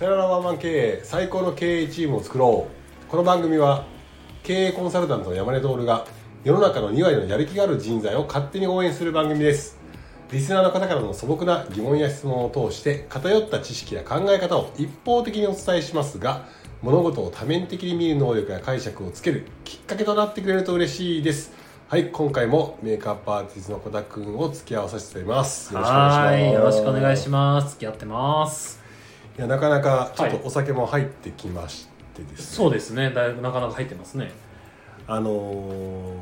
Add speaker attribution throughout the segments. Speaker 1: ワーマン経営最高の経営チームを作ろうこの番組は経営コンサルタントの山根徹が世の中の2割のやる気がある人材を勝手に応援する番組ですリスナーの方からの素朴な疑問や質問を通して偏った知識や考え方を一方的にお伝えしますが物事を多面的に見る能力や解釈をつけるきっかけとなってくれると嬉しいですはい今回もメイクアップアーティストの小田君を付き合わさせていただきますよろしくお願いします
Speaker 2: はいよろしくお願いします付き合ってます
Speaker 1: いやなかなかちょっとお酒も入ってきましてですね、
Speaker 2: そうですねだいぶなかなか入ってますね
Speaker 1: あのー、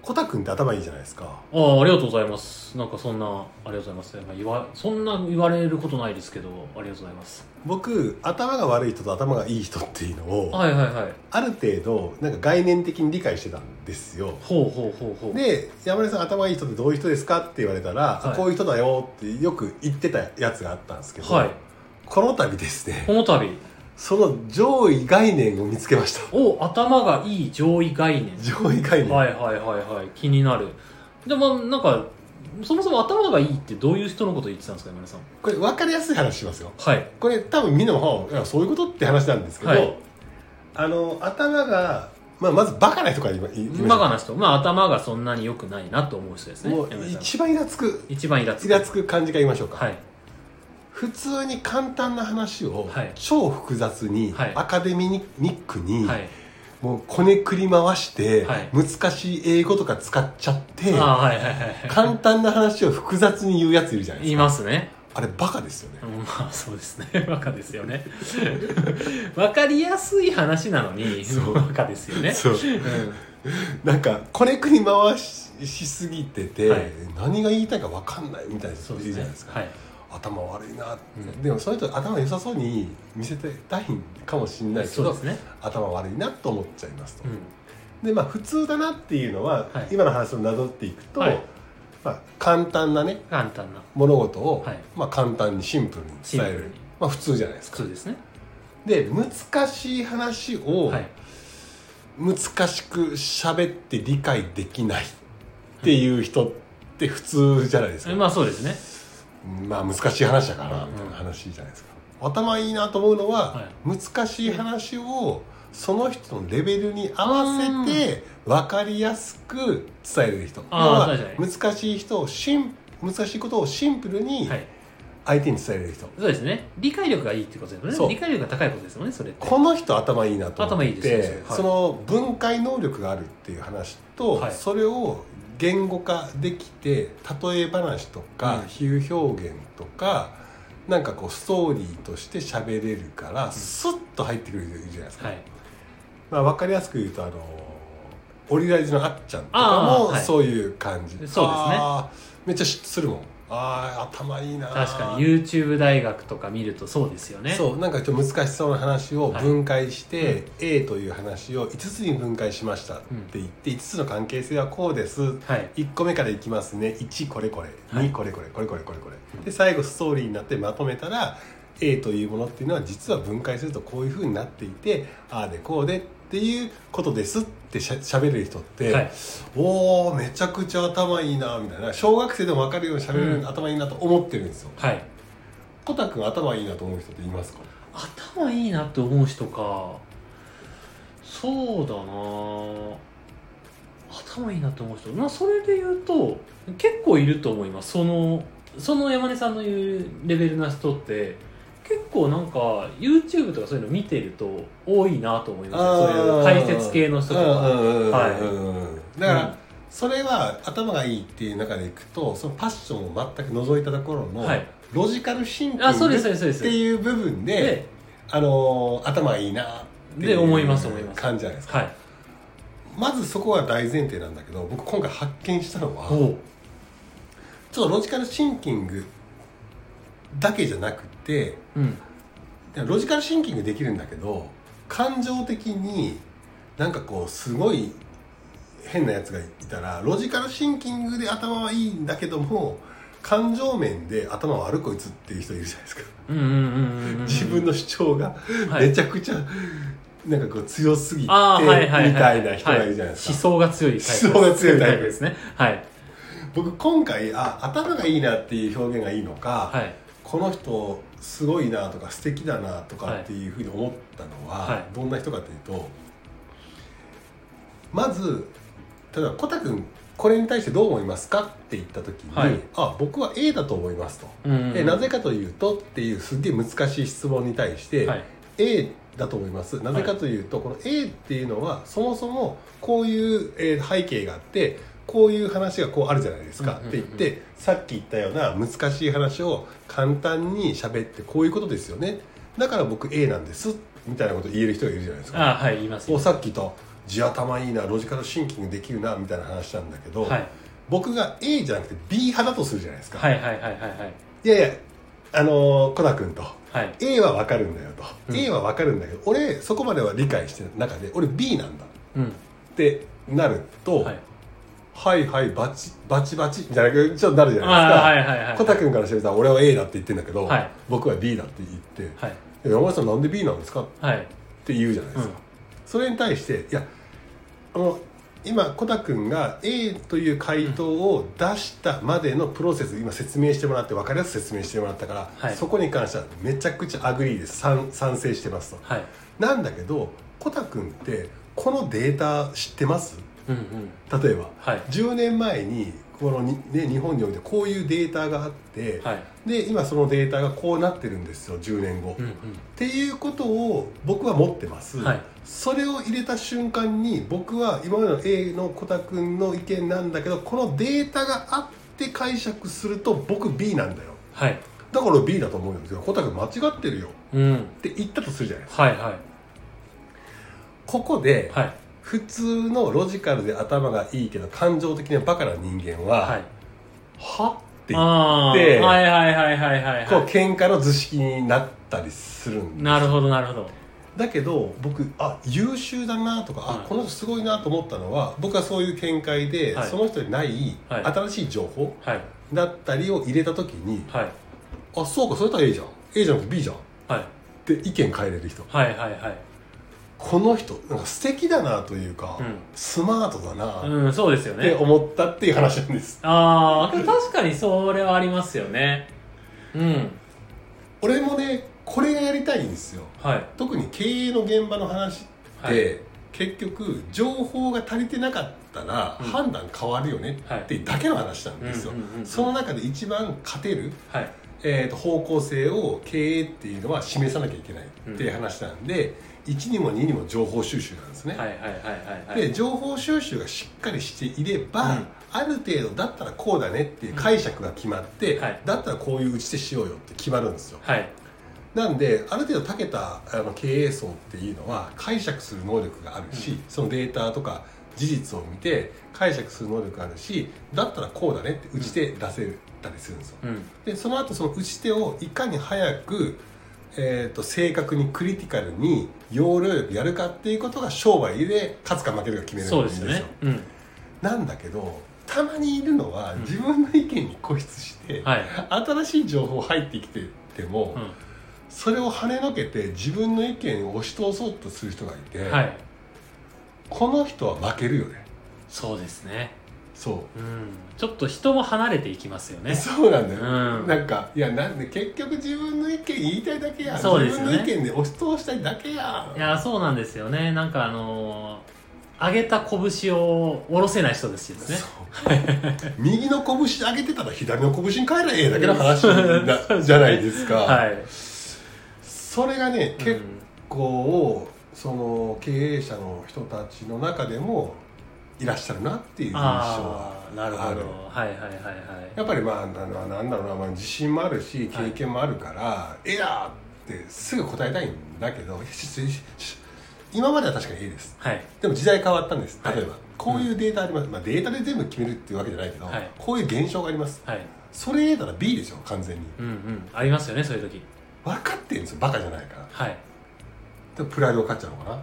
Speaker 1: コタ君って頭いいじゃないですか
Speaker 2: ああありがとうございますなんかそんなありがとうございますなんか言わそんな言われることないですけどありがとうございます
Speaker 1: 僕頭が悪い人と頭がいい人っていうのを
Speaker 2: はいはいはい
Speaker 1: ある程度なんか概念的に理解してたんですよ
Speaker 2: ほうほうほうほう
Speaker 1: で山根さん頭いい人ってどういう人ですかって言われたら、
Speaker 2: はい
Speaker 1: こういう人だよってよく言ってたやつがあったんですけど、
Speaker 2: はい
Speaker 1: この度ですね
Speaker 2: この度
Speaker 1: その上位概念を見つけました
Speaker 2: お頭がいい上位概念
Speaker 1: 上位概念、
Speaker 2: はいはいはいはい気になるでもなんかそもそも頭がいいってどういう人のこと言ってたんですか山根さん
Speaker 1: これ分かりやすい話しますよ
Speaker 2: はい
Speaker 1: これ多分みんなもあいやそういうことって話なんですけど、
Speaker 2: はい
Speaker 1: あの頭が、まあ、まずバカな人から言いま言いましょう
Speaker 2: バカな人まあ頭がそんなに良くないなと思う人ですね
Speaker 1: もう
Speaker 2: 山根さん
Speaker 1: 一番イラつく
Speaker 2: 一番イラつ
Speaker 1: イ
Speaker 2: く
Speaker 1: ラつく感じから言いましょうか、
Speaker 2: はい
Speaker 1: 普通に簡単な話を
Speaker 2: はい
Speaker 1: 超複雑に、
Speaker 2: はい
Speaker 1: アカデミニックに、
Speaker 2: はい
Speaker 1: もうこねくり回して、
Speaker 2: はい
Speaker 1: 難しい英語とか使っちゃって
Speaker 2: ああはいはいはいは
Speaker 1: 簡単な話を複雑に言うやついるじゃない
Speaker 2: い
Speaker 1: で
Speaker 2: 言い
Speaker 1: すか
Speaker 2: ますね
Speaker 1: あれバカですよね
Speaker 2: うんまあそうですね バカですよねわかりやすい話なのに
Speaker 1: そう
Speaker 2: バカですよね
Speaker 1: そう
Speaker 2: う
Speaker 1: なんかこねくり回ししすぎてて、
Speaker 2: はい
Speaker 1: 何が言いたいか分かんないみたいな人
Speaker 2: そう
Speaker 1: い
Speaker 2: で
Speaker 1: る
Speaker 2: す
Speaker 1: じゃ
Speaker 2: ね
Speaker 1: ないですか
Speaker 2: はい
Speaker 1: 頭悪いなって、
Speaker 2: うん
Speaker 1: でもそういう人頭良さそうに見せてたいかもしれないけ
Speaker 2: そう
Speaker 1: ど、
Speaker 2: ですね
Speaker 1: 頭悪いなと思っちゃいますと、
Speaker 2: う
Speaker 1: でまあ普通だなっていうのは、
Speaker 2: はい
Speaker 1: 今の話をなぞっていくと、
Speaker 2: はい
Speaker 1: まあ、簡単なね
Speaker 2: ん簡単な
Speaker 1: 物事を、
Speaker 2: はい
Speaker 1: まあ、簡単にシンプルに
Speaker 2: シン
Speaker 1: 伝
Speaker 2: プ
Speaker 1: え
Speaker 2: ル
Speaker 1: る
Speaker 2: に、
Speaker 1: まあ、普通じゃないです
Speaker 2: 普
Speaker 1: か
Speaker 2: 通ですね
Speaker 1: で難しい話を
Speaker 2: はい
Speaker 1: 難しく喋って理解できないっていう人って普通じゃないですか、
Speaker 2: まあそうですね
Speaker 1: まあ難しい話だから
Speaker 2: うん
Speaker 1: みたいな話じゃないですか、頭いいなと思うのは、
Speaker 2: は
Speaker 1: 難しい話をその人のレベルに合わせて分かりやすく伝える人要
Speaker 2: あ
Speaker 1: は
Speaker 2: ー確か
Speaker 1: 難しい人をシン難しいことをシンプルに
Speaker 2: はい
Speaker 1: 相手に伝える人、
Speaker 2: そうですね理解力がいいってことです
Speaker 1: そう
Speaker 2: よね理解力が高いことですよねそれって
Speaker 1: この人頭いいなと思っ
Speaker 2: 頭
Speaker 1: て
Speaker 2: いいですねはい
Speaker 1: その分解能力があるっていう話と、
Speaker 2: はい
Speaker 1: それを言語化できて例え話とか
Speaker 2: うん
Speaker 1: 比喩表現とか、なんかこうストーリーとして喋れるからスッと入ってくるじゃないですか、
Speaker 2: はい
Speaker 1: まあ、分かりやすく言うとあのオリラジのあっちゃんと
Speaker 2: あー
Speaker 1: かも
Speaker 2: はい
Speaker 1: そういう感じ、
Speaker 2: そうですね
Speaker 1: あーめっちゃ嫉妬するもんあー頭いいなー
Speaker 2: 確かに YouTube 大学とか見るとそうですよね
Speaker 1: そうなんかちょっと難しそうな話を
Speaker 2: はい
Speaker 1: 分解して、A という話を5つに分解しましたって言って、5つの関係性はこうです
Speaker 2: はい
Speaker 1: 1個目からいきますね1これこれ
Speaker 2: はい
Speaker 1: 2これこれこれこれこれこれ、
Speaker 2: うん
Speaker 1: で最後ストーリーになってまとめたら A というものっていうのは実は分解するとこういうふうになっていてああでこうでっていうことですってしゃしゃべれる人って、
Speaker 2: はい
Speaker 1: おおめちゃくちゃ頭いいなみたいな小学生でも分かるようにしゃべれる、
Speaker 2: うん
Speaker 1: 頭いいなと思ってるんですよ。
Speaker 2: はい
Speaker 1: コタ君頭いいなと思う人っていますか
Speaker 2: 頭いいなって思う人かそうだな頭いいなって思う人まあそれで言うと結構いると思いますそのその山根さんの言うレベルな人って結構なんか YouTube とかそういうの見てると多いなと思いますそういう解説系の人とか、
Speaker 1: はいだから、
Speaker 2: うん
Speaker 1: それは頭がいいっていう中でいくとそのパッションを全く覗いたところの、
Speaker 2: はい
Speaker 1: ロジカルシンキン
Speaker 2: あそうです
Speaker 1: グ
Speaker 2: そう
Speaker 1: っ
Speaker 2: ですそうです
Speaker 1: ていう部分で
Speaker 2: で
Speaker 1: あのー頭がいいなってい
Speaker 2: で
Speaker 1: う
Speaker 2: 思います思います
Speaker 1: 感じじゃないですか
Speaker 2: はい
Speaker 1: まずそこは大前提なんだけど僕今回発見したのは
Speaker 2: おう
Speaker 1: ちょっとロジカルシンキングだけじゃなくて
Speaker 2: うん
Speaker 1: ロジカルシンキングできるんだけど感情的になんかこうすごい変なやつがいたらロジカルシンキングで頭はいいんだけども感情面で頭悪こいつっていう人いるじゃないですか、
Speaker 2: うんうんうんうんうん
Speaker 1: 自分の主張が
Speaker 2: はい
Speaker 1: めちゃくちゃなんかこう強すぎてみ
Speaker 2: あーはいはいはいはい
Speaker 1: たいな人がいるじゃないですか、
Speaker 2: 思想が強いタイプです
Speaker 1: 思想が強いタイプ
Speaker 2: ですねはい
Speaker 1: 僕今回あ頭がいいなっていう表現がいいのか、
Speaker 2: はい
Speaker 1: この人すごいなとか素敵だなとかっていうふうに思ったのは、
Speaker 2: はい
Speaker 1: どんな人かというとまず例えば「コタ君これに対してどう思いますか?」って言った時に「
Speaker 2: はい
Speaker 1: あ僕は A だと思います」と。
Speaker 2: うん
Speaker 1: えなぜかというとっていうすっげえ難しい質問に対して、
Speaker 2: はい
Speaker 1: A だと思いますなぜかというと、この A っていうのはそもそもこういう、えー背景があってこういう話がこうあるじゃないですか、
Speaker 2: うんうんうん
Speaker 1: って言ってさっき言ったような難しい話を簡単に喋ってこういうことですよねだから僕 A なんですみたいなこと言える人がいるじゃないですか
Speaker 2: あはい言います
Speaker 1: おさっきと地頭いいなロジカルシンキングできるなみたいな話なんだけど、
Speaker 2: はい
Speaker 1: 僕が A じゃなくて B 派だとするじゃないですか、
Speaker 2: はいはいはいはいはい
Speaker 1: いやいやあのー、コナ君と
Speaker 2: はい
Speaker 1: A はわかるんだよと、
Speaker 2: うん
Speaker 1: A はわかるんだけど俺そこまでは理解してる中で俺 B なんだっ
Speaker 2: うん
Speaker 1: てなると、
Speaker 2: はい
Speaker 1: はいはいバチバチバチみたいなちょっとなるじゃ
Speaker 2: あ
Speaker 1: な
Speaker 2: はい
Speaker 1: で
Speaker 2: いはいは
Speaker 1: す
Speaker 2: い
Speaker 1: かコタ君からしてみたら俺は A だって言ってんだけど、
Speaker 2: はい
Speaker 1: 僕は B だって言って
Speaker 2: はい
Speaker 1: 「いや山下さんなんで B なんですか?」っ
Speaker 2: はい
Speaker 1: て言うじゃないですか、それに対していやあの今コタ君が A という回答を出したまでのプロセス今説明してもらって分かりやすく説明してもらったから、
Speaker 2: はい
Speaker 1: そこに関してはめちゃくちゃアグリーです賛賛成してますと
Speaker 2: はい
Speaker 1: なんだけどコタ君ってこのデータ知ってます
Speaker 2: うんうん
Speaker 1: 例えば
Speaker 2: はい
Speaker 1: 10年前にこのに、ね、日本においてこういうデータがあって、
Speaker 2: はい
Speaker 1: で今そのデータがこうなってるんですよ10年後、
Speaker 2: うんう
Speaker 1: っ
Speaker 2: ん
Speaker 1: ていうことを僕は持ってます、
Speaker 2: はい
Speaker 1: それを入れた瞬間に僕は今までの A のコタ君の意見なんだけどこのデータがあって解釈すると僕 B なんだよ
Speaker 2: はい
Speaker 1: だから B だと思うんですけどコタ君間違ってるよ
Speaker 2: うん
Speaker 1: って言ったとするじゃないですか
Speaker 2: はいは
Speaker 1: ここで
Speaker 2: いはい
Speaker 1: 普通のロジカルで頭がいいけど感情的なバカな人間は「
Speaker 2: はい
Speaker 1: は?」って言っ
Speaker 2: あ
Speaker 1: て
Speaker 2: ーはいはいはいはいはい
Speaker 1: こう
Speaker 2: は
Speaker 1: 喧嘩の図式になったりするん
Speaker 2: い
Speaker 1: だ
Speaker 2: なるほどなるほど
Speaker 1: だけど僕あ優秀だなとかあ、
Speaker 2: うん
Speaker 1: この人すごいなと思ったのは僕はそういう見解で、
Speaker 2: はい
Speaker 1: その人にない
Speaker 2: はい
Speaker 1: 新しい情報
Speaker 2: はい
Speaker 1: だったりを入れた時に、
Speaker 2: はい
Speaker 1: あそうかそれとは A じゃん A じゃなくて B じゃんっ
Speaker 2: はい
Speaker 1: て意見変えれる人
Speaker 2: はいはいはい
Speaker 1: この人なんか素敵だなというか、
Speaker 2: うん
Speaker 1: スマートだなっ
Speaker 2: うんそうですよね
Speaker 1: て思ったっていう話なんです
Speaker 2: ああ確かにそれはありますよねうん
Speaker 1: 俺もねこれがやりたいんですよ
Speaker 2: はい
Speaker 1: 特に経営の現場の話って、
Speaker 2: はい
Speaker 1: 結局情報が足りてなかったら
Speaker 2: うん
Speaker 1: 判断変わるよね
Speaker 2: はい
Speaker 1: っていうだけの話なんですよ、
Speaker 2: うんうんうんうん
Speaker 1: その中で一番勝てる、
Speaker 2: はい
Speaker 1: えーと方向性を経営っていうのは示さなきゃいけないっていう話なんで、1にも2にも情報収集なんですね、
Speaker 2: はいはいはいはいはい
Speaker 1: で情報収集がしっかりしていれば、
Speaker 2: うん
Speaker 1: ある程度だったらこうだねっていう解釈が決まって、
Speaker 2: うんはい
Speaker 1: だったらこういう打ち手しようよって決まるんですよ
Speaker 2: はい
Speaker 1: なんである程度長けたあの経営層っていうのは解釈する能力があるし、
Speaker 2: うん
Speaker 1: そのデータとか事実を見て解釈する能力があるしだったらこうだねって打ち手出せたりするんですよ。
Speaker 2: うん
Speaker 1: でその後その打ち手をいかに早く、えー、と正確にクリティカルに要領よくやるかっていうことが商売で勝つか負けるか決める
Speaker 2: そうんで
Speaker 1: です
Speaker 2: す
Speaker 1: よ
Speaker 2: よねうん
Speaker 1: なんだけどたまにいるのは
Speaker 2: ん
Speaker 1: 自分の意見に固執して、
Speaker 2: はい
Speaker 1: 新しい情報入ってきてても。
Speaker 2: うん
Speaker 1: それを跳ねのけて自分の意見を押し通そうとする人がいて、
Speaker 2: はい
Speaker 1: この人は負けるよね
Speaker 2: そうですね
Speaker 1: そ
Speaker 2: うんちょっと人も離れていきますよ
Speaker 1: う、
Speaker 2: ね
Speaker 1: そうなんだよ、
Speaker 2: うん
Speaker 1: なんかいやなんで結局自分の意見言いたいだけやん
Speaker 2: そうで
Speaker 1: 自
Speaker 2: すよ
Speaker 1: 分
Speaker 2: ね
Speaker 1: の意見で押し通したいだけやん
Speaker 2: いやそうなんですよねなんかあのー上げた拳を下ろせない人ですしですね
Speaker 1: そう右の拳上げてたら左の拳に変えらええだけの 話なじゃないですか、
Speaker 2: はい
Speaker 1: それがね結
Speaker 2: うん
Speaker 1: 構、その経営者の人たちの中でもいらっしゃるなっていう印象は
Speaker 2: ああなるほ
Speaker 1: あ
Speaker 2: ど
Speaker 1: る
Speaker 2: はいはいはいはい
Speaker 1: やっぱりまあなななんだろうな、まあ、自信もあるし経験もあるから「えだ!」ってすぐ答えたいんだけどししし今までは確かに A です
Speaker 2: はい
Speaker 1: でも時代変わったんです
Speaker 2: はい
Speaker 1: 例えば、こういうデータあります、まあ、データで全部決めるっていうわけじゃないけど、
Speaker 2: はい
Speaker 1: こういう現象があります
Speaker 2: はい
Speaker 1: それ A なら B でしょ完全に
Speaker 2: うんうんありますよねそういう時
Speaker 1: 分かってるんですよバカじゃないから
Speaker 2: はい
Speaker 1: でもプライドを勝っちゃうのかな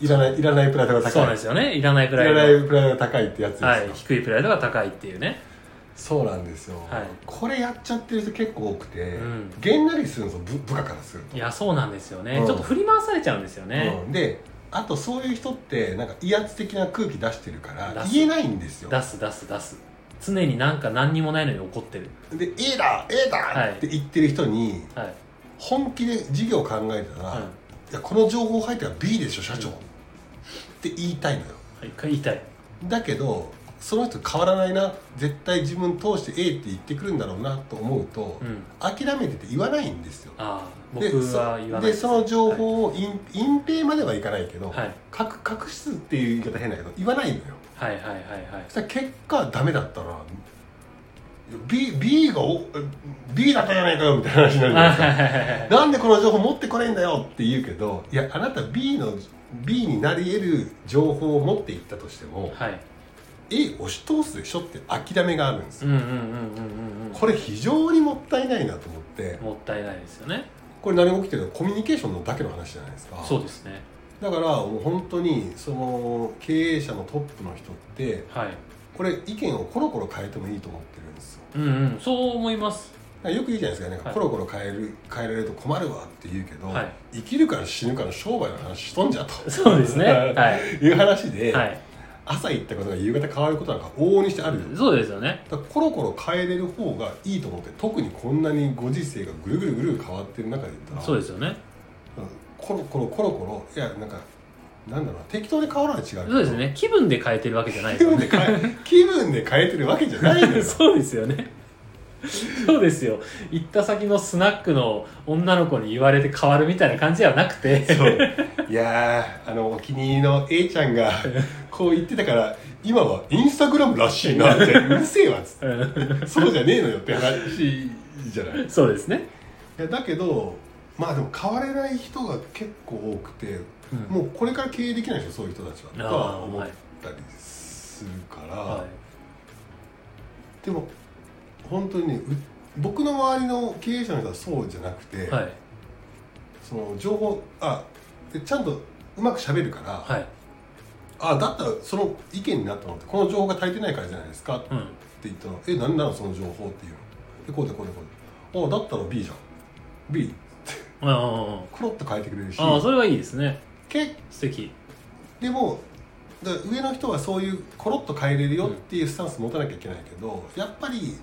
Speaker 1: いらないいらないプライドが
Speaker 2: そうな
Speaker 1: 高
Speaker 2: ん
Speaker 1: い
Speaker 2: ですよねいらないプ
Speaker 1: い
Speaker 2: ライ
Speaker 1: ら
Speaker 2: ド
Speaker 1: ないプライドが高いってやつですよ、
Speaker 2: はい、低いプライドが高いっていうね
Speaker 1: そうなんですよ、
Speaker 2: はい
Speaker 1: これやっちゃってる人結構多くて、
Speaker 2: うん
Speaker 1: げんなりするんですよ部部下からすると
Speaker 2: いやそうなんですよね、
Speaker 1: うん
Speaker 2: ちょっと振り回されちゃうんですよね、
Speaker 1: うん、であとそういう人ってなんか威圧的な空気出してるから
Speaker 2: 出す
Speaker 1: 言えないんですよ
Speaker 2: 出す出す出す常になんか何にもないのに怒ってる
Speaker 1: で「A だ A
Speaker 2: はい
Speaker 1: だ!」って言ってる人に
Speaker 2: はい
Speaker 1: 本気で事業を考えたら、
Speaker 2: はい
Speaker 1: いやこの情報入ったら B でしょ社長、
Speaker 2: うん
Speaker 1: って言いたいのよ
Speaker 2: 一回言いたい
Speaker 1: だけどその人変わらないな絶対自分通して A って言ってくるんだろうなと思うと、
Speaker 2: うん
Speaker 1: 諦めてて言わないんですよ
Speaker 2: ああ僕
Speaker 1: で
Speaker 2: は言わな
Speaker 1: そで
Speaker 2: い
Speaker 1: その情報を隠,、隠蔽まではいかないけど、
Speaker 2: はい
Speaker 1: 隠隠すっていう言い方変だけど言わないのよ
Speaker 2: はいはいはいはい
Speaker 1: そしたら結果ダメだったらいや B, B がお B だったじゃないかよみたいな話になるじゃない
Speaker 2: は
Speaker 1: ですか
Speaker 2: いはいはいはい
Speaker 1: なんでこの情報持ってこないんだよって言うけどいやあなた B の B になり得る情報を持っていったとしても
Speaker 2: はい。
Speaker 1: A 押し通すでしょって諦めがあるんです
Speaker 2: う
Speaker 1: よ
Speaker 2: んうんうんうんうんうん。
Speaker 1: これ非常にもったいないなと思って
Speaker 2: もったいないですよね。
Speaker 1: これ何が起きてるのコミュニケーションのだけの話じゃないですか
Speaker 2: そうですね。
Speaker 1: だからもう本当にその経営者のトップの人って
Speaker 2: はい。
Speaker 1: これ意見をコロコロ変えてもいいと思ってるんですよ
Speaker 2: うんうん。そう思います。
Speaker 1: だからよく言うじゃないですかなんか
Speaker 2: はい
Speaker 1: コロコロ変える変えられると困るわって言うけど、
Speaker 2: は
Speaker 1: 生きるから死ぬから商売の話しとんじゃと
Speaker 2: そうですね。はい。
Speaker 1: いう話で、
Speaker 2: はい。
Speaker 1: 朝言ったことが夕方変わることなんか往々にしてあるよ
Speaker 2: そうですよね。
Speaker 1: だからコロコロ変えれる方がいいと思って特にこんなにご時世がぐるぐるぐるぐる変わってる中で言ったら
Speaker 2: そうですよね。
Speaker 1: うんコロコロコロコロいやなんかなんだろうな適当に変わるのは違うけど
Speaker 2: そうですね。気分で変えてるわけじゃない
Speaker 1: 気
Speaker 2: ですよ
Speaker 1: 分
Speaker 2: ね。
Speaker 1: で変え気分で変えてるわけじゃないのよ
Speaker 2: そうですよね。そうですよ。行った先のスナックの女の子に言われて変わるみたいな感じではなくて。
Speaker 1: いやーあのお気に入りの A ちゃんがこう言ってたから今はインスタグラムらしいなってうるせえわっつっ
Speaker 2: うん
Speaker 1: てそうじゃねえのよって話じゃない
Speaker 2: そうですね。
Speaker 1: いやだけどまあでも変われない人が結構多くて、
Speaker 2: うん
Speaker 1: もうこれから経営できないでしょそういう人たちは
Speaker 2: あー
Speaker 1: とは思ったりするから、
Speaker 2: は
Speaker 1: でも本当にねう僕の周りの経営者の人はそうじゃなくて、
Speaker 2: い。はい。
Speaker 1: その情報あでちゃんとうまくしゃべるから、
Speaker 2: はい。
Speaker 1: あだったらその意見になったのってこの情報が足りてないからじゃないですかって
Speaker 2: うん。
Speaker 1: 言ったら「え何なのその情報」っていうのでこうでこうでこうで「あだったら B じゃん B
Speaker 2: ああ」
Speaker 1: コロッと変えてくれるし
Speaker 2: ああ、それはいいですね。
Speaker 1: 結
Speaker 2: 素敵。
Speaker 1: でもだから上の人はそういうコロッと変えれるよっていうスタンス持たなきゃいけないけど、やっぱり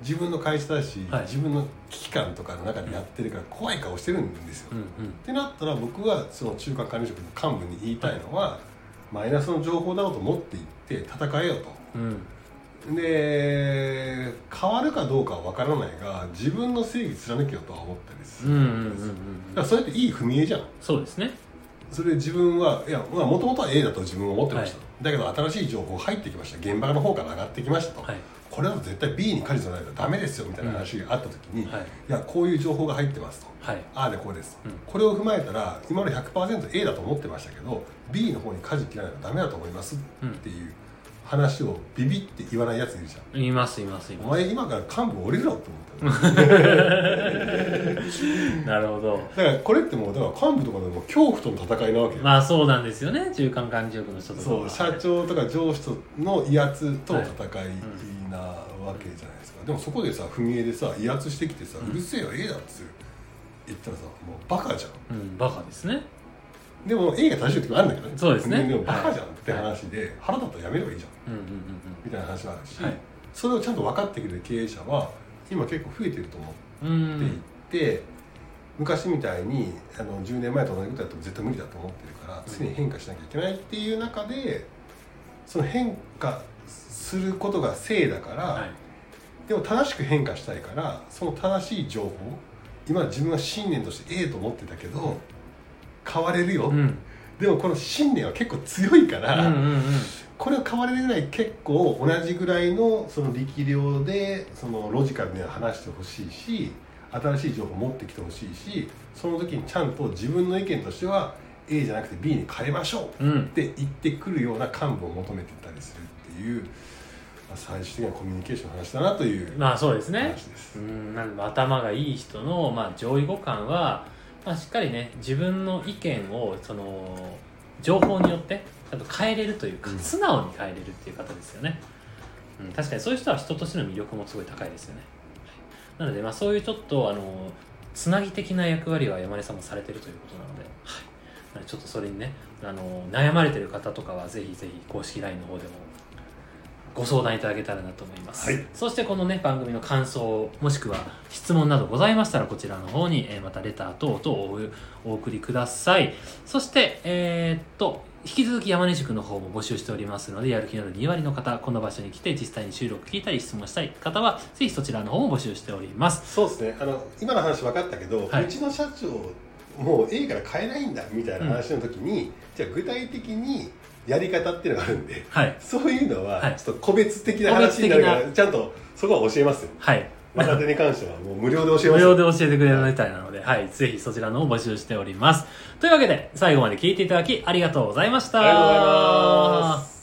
Speaker 1: 自分の会社だし、
Speaker 2: はい
Speaker 1: 自分の危機感とかの中でやってるから怖い顔してるんですよ。
Speaker 2: うんうん。
Speaker 1: ってなったら僕はその中間管理職の幹部に言いたいのは、マイナスの情報だろうと思っていって戦えよと。
Speaker 2: うん。
Speaker 1: で変わるかどうかは分からないが自分の正義貫けよとは思ったりす
Speaker 2: う
Speaker 1: る、
Speaker 2: んうん
Speaker 1: だ
Speaker 2: うんうんう
Speaker 1: か
Speaker 2: ん
Speaker 1: らそれっていい踏み絵じゃん
Speaker 2: そうですね
Speaker 1: それで自分はいやもともとは A だと自分は思ってました、
Speaker 2: は
Speaker 1: だけど新しい情報入ってきました現場の方から上がってきましたと、
Speaker 2: はい
Speaker 1: これだと絶対 B に舵取られたらダメですよみたいな話があった時に、
Speaker 2: はい
Speaker 1: い、やこういう情報が入ってますと
Speaker 2: はい
Speaker 1: ああでこうですと、
Speaker 2: うん
Speaker 1: これを踏まえたら今の 100%A だと思ってましたけど B の方に舵切らないとダメだと思います
Speaker 2: うん
Speaker 1: っていう話をビビって言わないやついるじゃん
Speaker 2: いますいますい
Speaker 1: お
Speaker 2: ま
Speaker 1: 前今から幹部降りるろって思ったの
Speaker 2: すなるほど
Speaker 1: だからこれってもうだから幹部とかでも恐怖との戦いなわけよ、
Speaker 2: まあそうなんですよね中間管理職の人とか
Speaker 1: そう
Speaker 2: は
Speaker 1: 社長とか上司との威圧との戦いなわけじゃないですか、でもそこでさ踏み絵でさ威圧してきてさ「うるせえよ A だ」っつう言ったらさもうバカじゃん
Speaker 2: うんバカですね
Speaker 1: でも A が正しい時もあるんだけど
Speaker 2: そうですね
Speaker 1: でもバカじゃんって話で、腹立ったらやめればいいじゃん
Speaker 2: うんうんうん
Speaker 1: みたいな話はあるし、
Speaker 2: はい
Speaker 1: それをちゃんと分かってくれる経営者は今結構増えてると思う
Speaker 2: うん
Speaker 1: って言って、昔みたいにあの10年前と同じことやっても絶対無理だと思ってるから常に変化しなきゃいけないっていう中でその変化することが正だから、
Speaker 2: はい
Speaker 1: でも正しく変化したいからその正しい情報今自分は信念として A と思ってたけど変われるよ、
Speaker 2: うんうん
Speaker 1: でもこの信念は結構強いか
Speaker 2: う
Speaker 1: ら、
Speaker 2: んうん
Speaker 1: これを変われるぐらい結構同じぐらいのその力量でそのロジカルに話してほしいし新しい情報を持ってきてほしいしその時にちゃんと自分の意見としては A じゃなくて B に変えましょう
Speaker 2: うんうん
Speaker 1: って言ってくるような幹部を求めてたりするっていう、まあ、最終的なコミュニケーションの話だなという
Speaker 2: まあそうですね
Speaker 1: 話です
Speaker 2: う。んなんで頭がいい人の、まあ、上位互換は、まあ、しっかりね自分の意見をその情報によってちゃんと変えれるというか、
Speaker 1: うん
Speaker 2: 素直に変えれるっていう方ですよね、うん、確かにそういう人は人としての魅力もすごい高いですよねはいなので、まあ、そういうちょっとあのつなぎ的な役割は山根さんもされてるということなので、はい、なのでちょっとそれにねあの悩まれてる方とかはぜひぜひ公式 LINE の方でもご相談いただけたらなと思います、
Speaker 1: はい
Speaker 2: そしてこのね番組の感想もしくは質問などございましたらこちらの方に、えーまたレター等々をおお送りくださいそしてえーっと引き続き山根塾の方も募集しておりますのでやる気のある2割の方この場所に来て実際に収録聞いたり質問したい方はぜひそちらの方も募集しております
Speaker 1: そうですねあの今の話分かったけど、
Speaker 2: はいう
Speaker 1: ちの社長もう A から変えないんだみたいな話の時に、じゃあ具体的にやり方っていうのがあるんで
Speaker 2: はい
Speaker 1: そういうの
Speaker 2: は
Speaker 1: はいちょっと個別的な話になるから、
Speaker 2: 個別
Speaker 1: ちゃんとそこは教えますよ
Speaker 2: はい
Speaker 1: 若手に関してはもう無料で教え
Speaker 2: 無
Speaker 1: ます
Speaker 2: 料
Speaker 1: よ
Speaker 2: で教えてくれるみたいなので、はい、ぜひそちらの方を募集しております。というわけで、最後まで聞いていただきありがとうございました。
Speaker 1: ありがとうございます